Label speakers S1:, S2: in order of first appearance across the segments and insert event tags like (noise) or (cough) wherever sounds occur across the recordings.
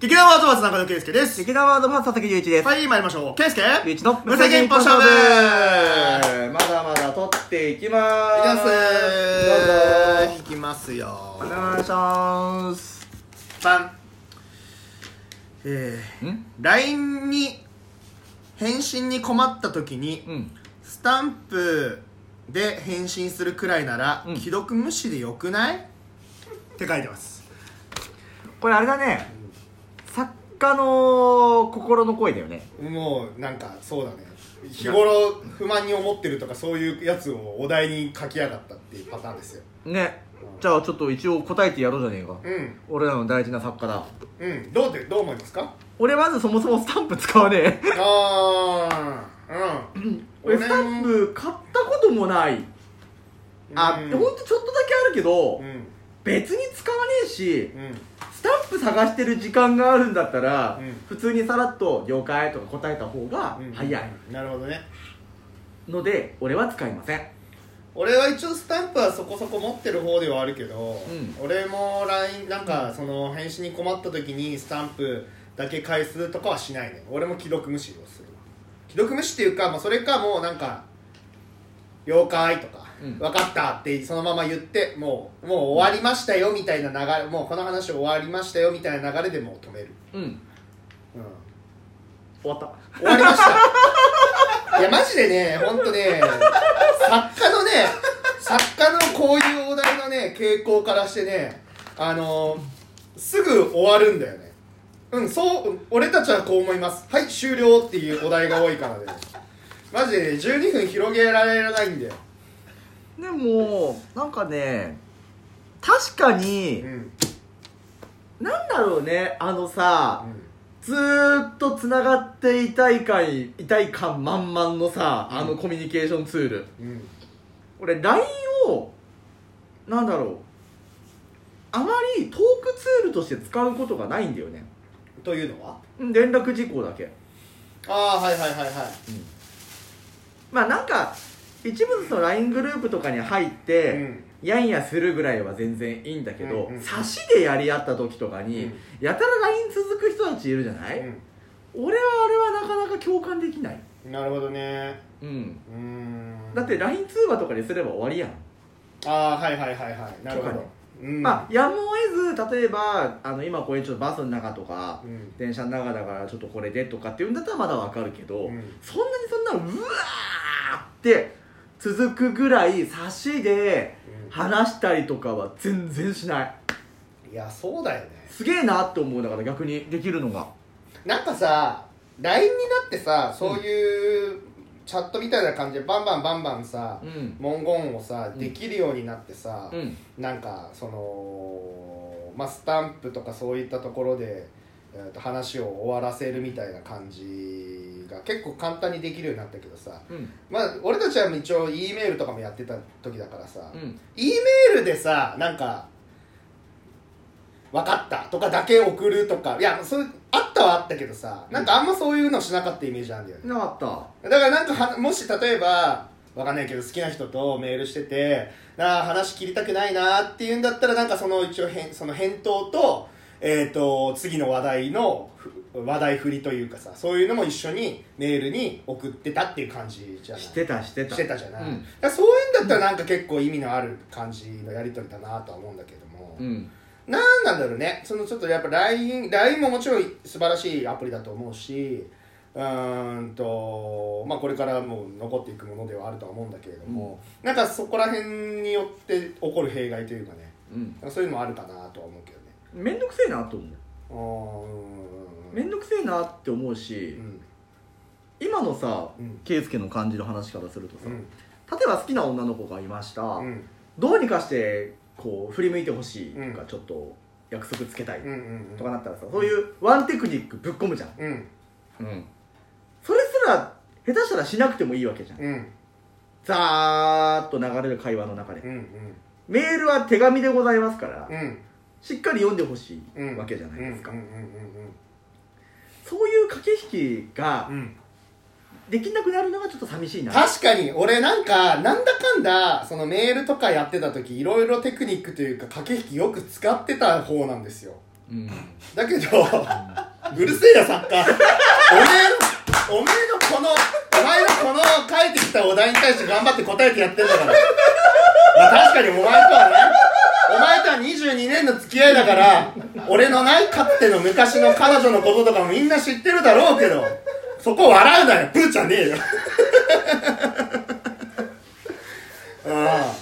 S1: 劇団ワードバーズ中野圭介です。
S2: 劇団ワードバース佐々木隆一です。
S1: はい、参りましょう。圭介
S2: ゆういちの
S1: 無制限一本勝負
S3: まだまだ取っていきまーすどう
S1: いきますよ
S2: お願いします。
S1: 3えー、
S3: ぞん
S1: LINE に返信に困った時に
S3: うん
S1: スタンプで返信するくらいなら、
S3: うん
S1: 既読無視でよくないって書いてます
S2: これあれだね。作家の心の声だよね。
S1: もうなんかそうだね日頃不満に思ってるとかそういうやつをお題に書きやがったっていうパターンですよ
S2: ね。じゃあちょっと一応答えてやろうじゃねえか。
S1: うん
S2: 俺らの大事な作家だ。
S1: うんどうでどう思いますか
S2: 俺まずそもそもスタンプ使わねえ。
S1: ああうん
S2: 俺スタンプ買ったこともない。あ、
S1: う
S2: ほ
S1: ん
S2: んとちょっとだけあるけど、
S1: うん
S2: 別に使わねえし、
S1: うん
S2: スタンプ探してる時間があるんだったら、
S1: うん
S2: 普通にさらっと「了解」とか答えた方が早い
S1: なるほどね
S2: ので、俺は使いません
S1: 俺は一応スタンプはそこそこ持ってる方ではあるけど、
S3: ん
S1: 俺も LINE なんかその返信に困った時にスタンプだけ返すとかはしないね俺も既読無視をするわ既読無視っていうか、まあ、それかもうなんか「了解」とか「
S3: うん
S1: 分かった」ってそのまま言ってもうもう終わりましたよみたいな流れもうこの話終わりましたよみたいな流れでもう止める、
S3: うん
S1: うん
S2: 終わった
S1: 終わりましたいやマジでね本当ね作家のね作家のこういうお題のね傾向からしてねあのすぐ終わるんだよねうんそううん俺たちはこう思いますはい終了っていうお題が多いからねマジでね12分広げられないんだよ
S2: でもなんかね確かに、
S1: うん
S2: なんだろうねあのさ、ずーっとつながっていたい感いたい感満々のさあのコミュニケーションツール、
S1: うんうん
S2: 俺 LINE をなんだろうあまりトークツールとして使うことがないんだよね
S1: というのは
S2: うん連絡事項だけ
S1: ああはいはいはいはい
S2: まあなんか一部の LINE グループとかに入って、
S1: うん
S2: やんやするぐらいは全然いいんだけど、
S1: うんうん
S2: 差しでやり合った時とかに、
S1: うん
S2: やたら LINE 続く人たちいるじゃない、俺はあれはなかなか共感できない、
S1: うんなるほどね
S3: うん
S1: うん
S2: だって LINE 通話とかにすれば終わりやん、
S1: ああはいはいはいはいなるほ
S2: とか
S1: ど
S2: ね、
S1: うん
S2: まあやむを得ず例えばあの今これちょっとバスの中とか、
S1: うん
S2: 電車の中だからちょっとこれでとかっていうんだったらまだわかるけど、
S1: うん
S2: そんなにそんなうわーって続くぐらい差しで
S1: うん
S2: 話したりとかは全然しない
S1: いやそうだよね
S2: すげえなって思うだから逆にできるのが
S1: なんかさ LINE になってさそういうチャットみたいな感じでバンバンバンバンさ、
S3: うん
S1: 文言をさ
S3: うん
S1: できるようになってさ、
S3: うん
S1: なんかそのまあスタンプとかそういったところで、えーと話を終わらせるみたいな感じが結構簡単にできるようになったけどさ
S3: うん
S1: まあ俺たちは一応 E メールとかもやってた時だからさ、
S3: うん
S1: E メールでさなんか「分かった」とかだけ送るとかいやそうあったはあったけどさなんかあんまそういうのしなかったイメージなんだよね
S2: なかった
S1: だからなんかはもし例えばわかんないけど好きな人とメールしててなあ話切りたくないなっていうんだったらなんかその一応返その返答と,、えー、と次の話題のふ話題振りというかさそういうのも一緒にメールに送ってたっていう感じじゃない
S2: してたしてた
S1: してたじゃない、
S3: うん
S1: だからそういうんだったらなんか結構意味のある感じのやり取りだなとは思うんだけども、
S3: うん
S1: なんなんだろうねそのちょっとやっぱ LINE, LINE ももちろん素晴らしいアプリだと思うしうーんとまあこれからも残っていくものではあるとは思うんだけれども、なんかそこら辺によって起こる弊害というかね
S3: うん
S1: なんかそういうのもあるかなとは思うけどね
S2: めんどくせえなと思う
S1: うー
S2: めんどくせえなって思うし、
S1: ん
S2: 今のさ
S1: うん
S2: 圭介、の感じの話からするとさ、
S1: う
S2: 例
S1: ん
S2: えば好きな女の子がいました、
S1: うんうん
S2: どうにかしてこう振り向いてほしいとか、
S1: うん
S2: ちょっと約束つけたい
S1: うんうん
S2: とかなったらさ、そういうワンテクニックぶっ込むじゃん
S1: うん
S3: うん
S2: それすら下手したらしなくてもいいわけじゃん
S1: うん
S2: ザーッと流れる会話の中で、
S1: うんうん
S2: メールは手紙でございますから、
S1: うん
S2: しっかり読んでほし
S1: う
S2: い
S1: ん
S2: わけじゃないですか、
S1: うんうんうん
S2: そういう駆け引きが
S1: うんうん
S2: できなくなるのがちょっと寂しいな
S1: 確かに俺なんかなんだかんだそのメールとかやってた時いろいろテクニックというか駆け引きよく使ってた方なんですよ
S3: うん
S1: だけどうるせえよ作家おめえのおめえのこのお前のこの書いてきたお題に対して頑張って答えてやってんだからまあ確かにお前とはねお前とは22年の付き合いだから俺のないかつての昔の彼女のこととかもみんな知ってるだろうけどそこ笑うなよプーちゃんねえよ (laughs) ああ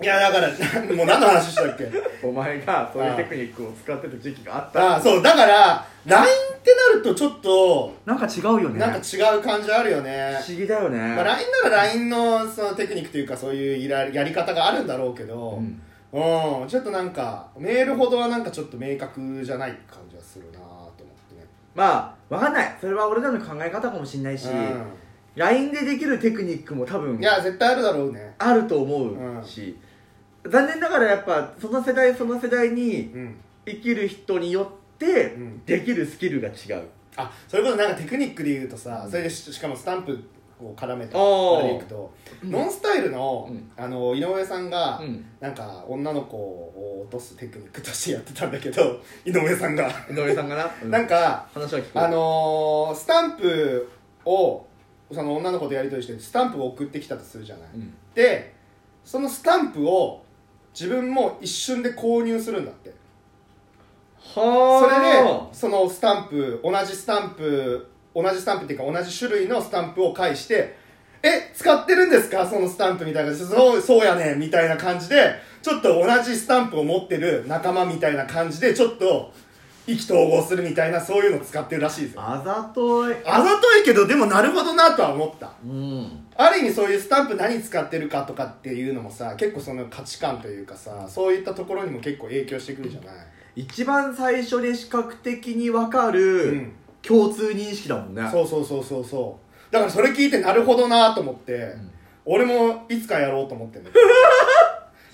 S1: いやだからなもう何の話したっけ
S2: お前がそういうテクニックを使ってた時期があった
S1: ああそうだから LINE ってなるとちょっと
S2: なんか違うよね
S1: なんか違う感じあるよね
S2: 不、思議だよね、
S1: まあ、LINE なら LINE のそのテクニックというかそういういらやり方があるんだろうけど、うんちょっとなんかメールほどはなんかちょっと明確じゃない感じはするなと思ってね
S2: まあわかんないそれは俺らの考え方かもしれないし、LINE でできるテクニックも多
S1: う
S2: 分
S1: ん、いや絶対あるだろうね
S2: あると思うし、残念ながらやっぱその世代その世代に
S1: うん
S2: 生きる人によって
S1: うん
S2: できるスキルが違う、
S1: あそれこそなんかテクニックで言うとさ、それでししかもスタンプを絡めて
S2: あー
S1: あれでいくと、ノンスタイルの,、
S2: うん
S1: あの井上さんが、
S2: うん
S1: なんか女の子を落とすテクニックとしてやってたんだけど (laughs) 井上さんが
S2: 井上さんがな,、う
S1: なんか
S2: 話は聞く
S1: あのースタンプをその女の子とやり取りしてスタンプを送ってきたとするじゃない、
S2: うん
S1: でそのスタンプを自分も一瞬で購入するんだってそれで
S2: はあ
S1: そのスタンプ同じスタンプ同じスタンプっていうか同じ種類のスタンプを返して「え使ってるんですかそのスタンプ」みたいな感じで「そうそうやね」みたいな感じでちょっと同じスタンプを持ってる仲間みたいな感じでちょっと意気投合するみたいなそういうのを使ってるらしいですよ
S2: あざとい
S1: あざといけどでもなるほどなとは思った
S2: うん
S1: ある意味そういうスタンプ何使ってるかとかっていうのもさ結構その価値観というかさそういったところにも結構影響してくるじゃない
S2: 一番最初で視覚的に分か
S1: う
S2: る
S1: ん
S2: 共通認識だもんね、
S1: そうそうそうそうそうだからそれ聞いてなるほどなと思って、俺もいつかやろうと思ってんだ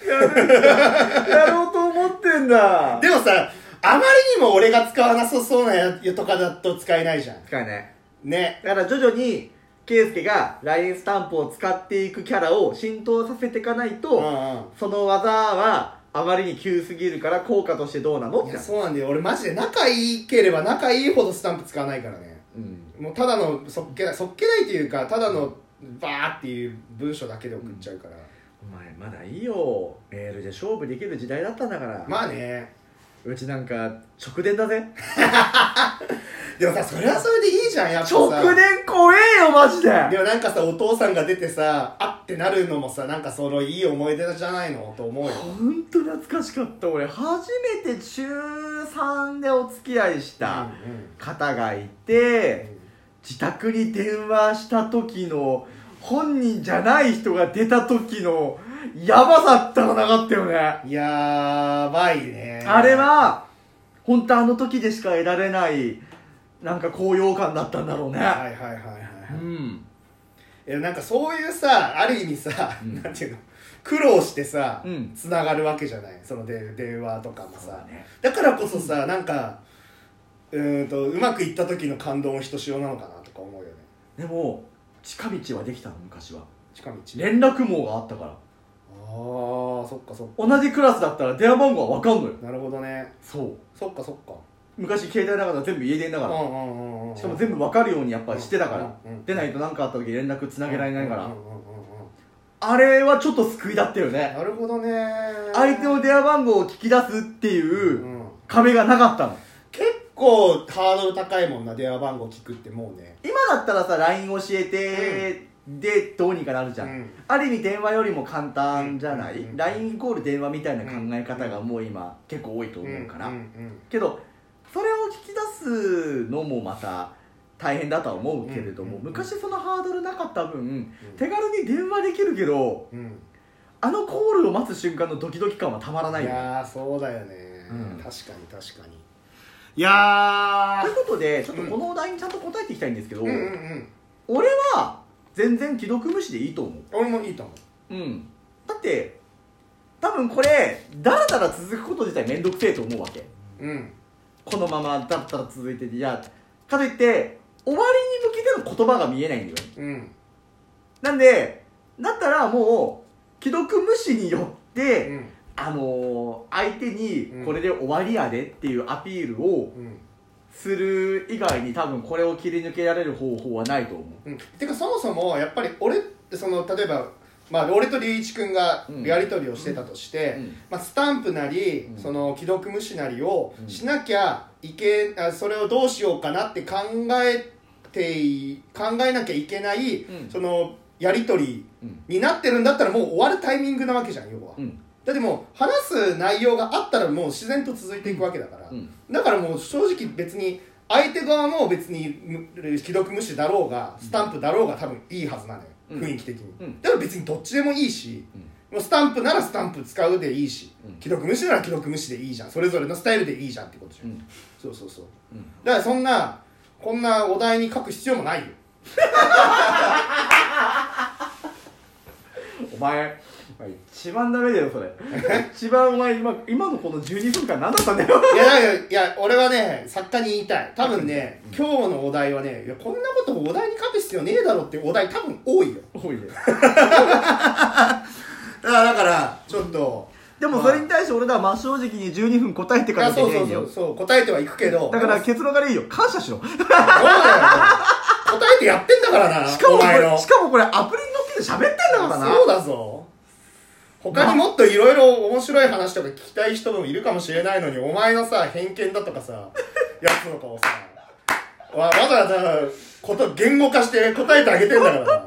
S1: けど (laughs)
S2: やろうと思ってんだ
S1: でもさあまりにも俺が使わなさそうなやつとかだと使えないじゃん
S2: 使えない
S1: ね
S2: だから徐々に圭介が LINE スタンプを使っていくキャラを浸透させていかないと、
S1: うんうん
S2: その技はあまりに急すぎるから効果としてどうなの
S1: い
S2: って
S1: やそうなんだよ俺マジで仲いいければ仲いいほどスタンプ使わないからね
S2: うん
S1: もうただのそっけないそっけないというかただのバーっていう文章だけで送っちゃうから、
S2: お前まだいいよメールで勝負できる時代だったんだから、
S1: まあね
S2: うちなんか直伝だぜ
S1: でもさそれはそれでいいじゃんやっぱさ
S2: 直伝怖えよマジで
S1: でもなんかさお父さんが出てさあってなるのもさなんかそのいい思い出じゃないのと思うよ
S2: ほんと懐かしかった俺初めて中3でお付き合いした方がいて自宅に電話した時の本人じゃない人が出た時のヤバさったらなかったよね
S1: うんやばいね
S2: あれは本当あの時でしか得られないなんか高揚感だったんだろうね、
S1: はいはいはいはいは
S2: うん
S1: いいやなんかそういうさある意味さ、
S2: うん
S1: なんていうの苦労してさ、
S2: うん
S1: つながるわけじゃないそので電話とかも
S2: そうだ
S1: さ
S2: ね
S1: だからこそさ、なんかうーんとうまくいった時の感動もひとしおなのかなとか思うよね
S2: でも近道はできたの昔は
S1: 近道
S2: 連絡網があったから
S1: ああそっかそっか
S2: 同じクラスだったら電話番号は分かんのよ
S1: なるほどね
S2: そう
S1: そっかそっか
S2: 昔携帯ながら全部家電だ
S1: う
S2: か
S1: んう
S2: ら
S1: んうんうんうん
S2: しかも全部分かるようにやっぱしてたから
S1: うんうんうん
S2: でないと何かあった時連絡つなげられないか
S1: うん
S2: ら
S1: うんうんうん
S2: あれはちょっと救いだったよ
S1: うん
S2: ね
S1: なるほどね
S2: 相手の電話番号を聞き出すって
S1: う
S2: いうん壁がなかったの
S1: 結構ハードル高いもんな電話番号聞くってもうね
S2: 今だったらさ LINE 教えてでどうにかなるじゃん、
S1: うん
S2: ある意味電話よりも簡単じゃない、
S1: うん
S2: LINE イコール電話みたいな考え方がもう今結構多いと思うから、
S1: んん
S2: けどそれを聞き出すのもまた大変だとは思うけれど
S1: うんう
S2: も、
S1: んうん
S2: 昔そのハードルなかった分、手軽に電話できるけど
S1: うんうん
S2: あのコールを待つ瞬間のドキドキ感はたまらない
S1: い
S2: よね
S1: やーそうだよね
S2: うん
S1: 確かに確かにいや
S2: ということでちょっとこのお題にちゃんと答えていきたいんですけど、
S1: うんうんうん
S2: 俺は全然既読無視でいいと思う
S1: 俺もいいと思う
S2: うん、だって多分これだらだら続くこと自体面倒くせえと思うわけ
S1: うん
S2: このままだったら続いてていやかといって終わりに向けての言葉が見えないんだよ
S1: うん
S2: なんでだったらもう既読無視によっ
S1: う
S2: て、
S1: ん
S2: あのー相手に
S1: うん
S2: これで終わりやでっていうアピールを
S1: うん
S2: する以外に多分これを切り抜けられる方法はないと思う
S1: うん、てかそもそもやっぱり俺その例えば、まあ、俺と龍一君が
S2: うん
S1: やり取りをしてたとして、
S2: うん
S1: まあ、スタンプなり、
S2: うん
S1: その既読無視なりを
S2: うん
S1: しなきゃいけあそれをどうしようかなって考えてい考えなきゃいけない、
S2: うん
S1: そのやり取り
S2: うん
S1: になってるんだったらもう終わるタイミングなわけじゃん要は、
S2: うん
S1: だってもう話す内容があったらもう自然と続いていくわけだから、
S2: うん
S1: だからもう正直別に相手側も別にむ既読無視だろうがスタンプだろうが多分いいはずなのよ、
S2: うん
S1: 雰囲気的に、
S2: うん
S1: だから別にどっちでもいいし、
S2: うん
S1: もうスタンプならスタンプ使うでいいし、
S2: うん
S1: 既読無視なら既読無視でいいじゃんそれぞれのスタイルでいいじゃんってことじゃん、
S2: うん
S1: そうそうそう
S2: うん
S1: だからそんなこんなお題に書く必要もないよ
S2: お前お前一番ダメだよ (laughs) それ一番お前今今のこの12分間何だったんだよ
S1: いやだからいや俺はね作家に言いたい多分ね、今日のお題はねいやこんなことお題に書く必要ねえだろってお題多分多いよ
S2: (laughs) おいで
S1: だからだからちょっと、
S2: でもそれに対して俺らは真正直に12分答えて
S1: い
S2: から
S1: や
S2: いけ
S1: そう
S2: な
S1: そ
S2: いうの
S1: そう
S2: よ
S1: そう答えてはいくけど
S2: だから
S1: でも
S2: 結論からいいよ感謝しろし
S1: そうだよ答えてやってんだからな
S2: かも
S1: お
S2: こ
S1: 前
S2: れ
S1: の
S2: しかもこれアプリに乗っけて喋ってんだからな
S1: そうだぞ他にもっといろいろ面白い話とか聞きたい人もいるかもしれないのにお前のさ偏見だとか
S2: (laughs)
S1: さやつとかをさわわざわざこと言語化して答えてあげてんだからな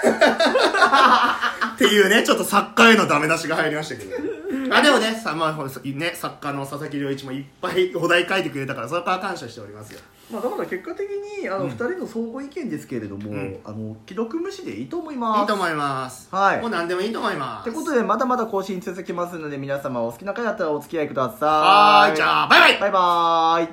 S2: (laughs)
S1: っていうねちょっと作家へのダメ出しが入りましたけどあでもねさ、まあ、ほらさね作家の佐々木良一もいっぱいお題書いてくれたからそれから感謝しておりますよ
S2: まあ、だから結果的にあの、二人の相互意見ですけれども、
S1: うん
S2: あの既読無視でいいと思い
S1: い
S2: ま
S1: い
S2: す。
S1: と
S2: っ
S1: 思います
S2: はい
S1: もう何でもいいと思います
S2: てことでまだまだ更新続きますので皆様お好きな回だったらお付き合いください。
S1: はーいじゃあバイバイ
S2: バイバーイ